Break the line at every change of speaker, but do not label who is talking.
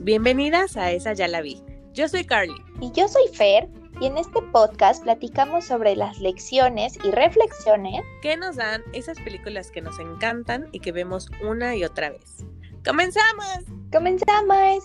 Bienvenidas a Esa Ya la Vi. Yo soy Carly.
Y yo soy Fer, y en este podcast platicamos sobre las lecciones y reflexiones
que nos dan esas películas que nos encantan y que vemos una y otra vez. ¡Comenzamos!
¡Comenzamos!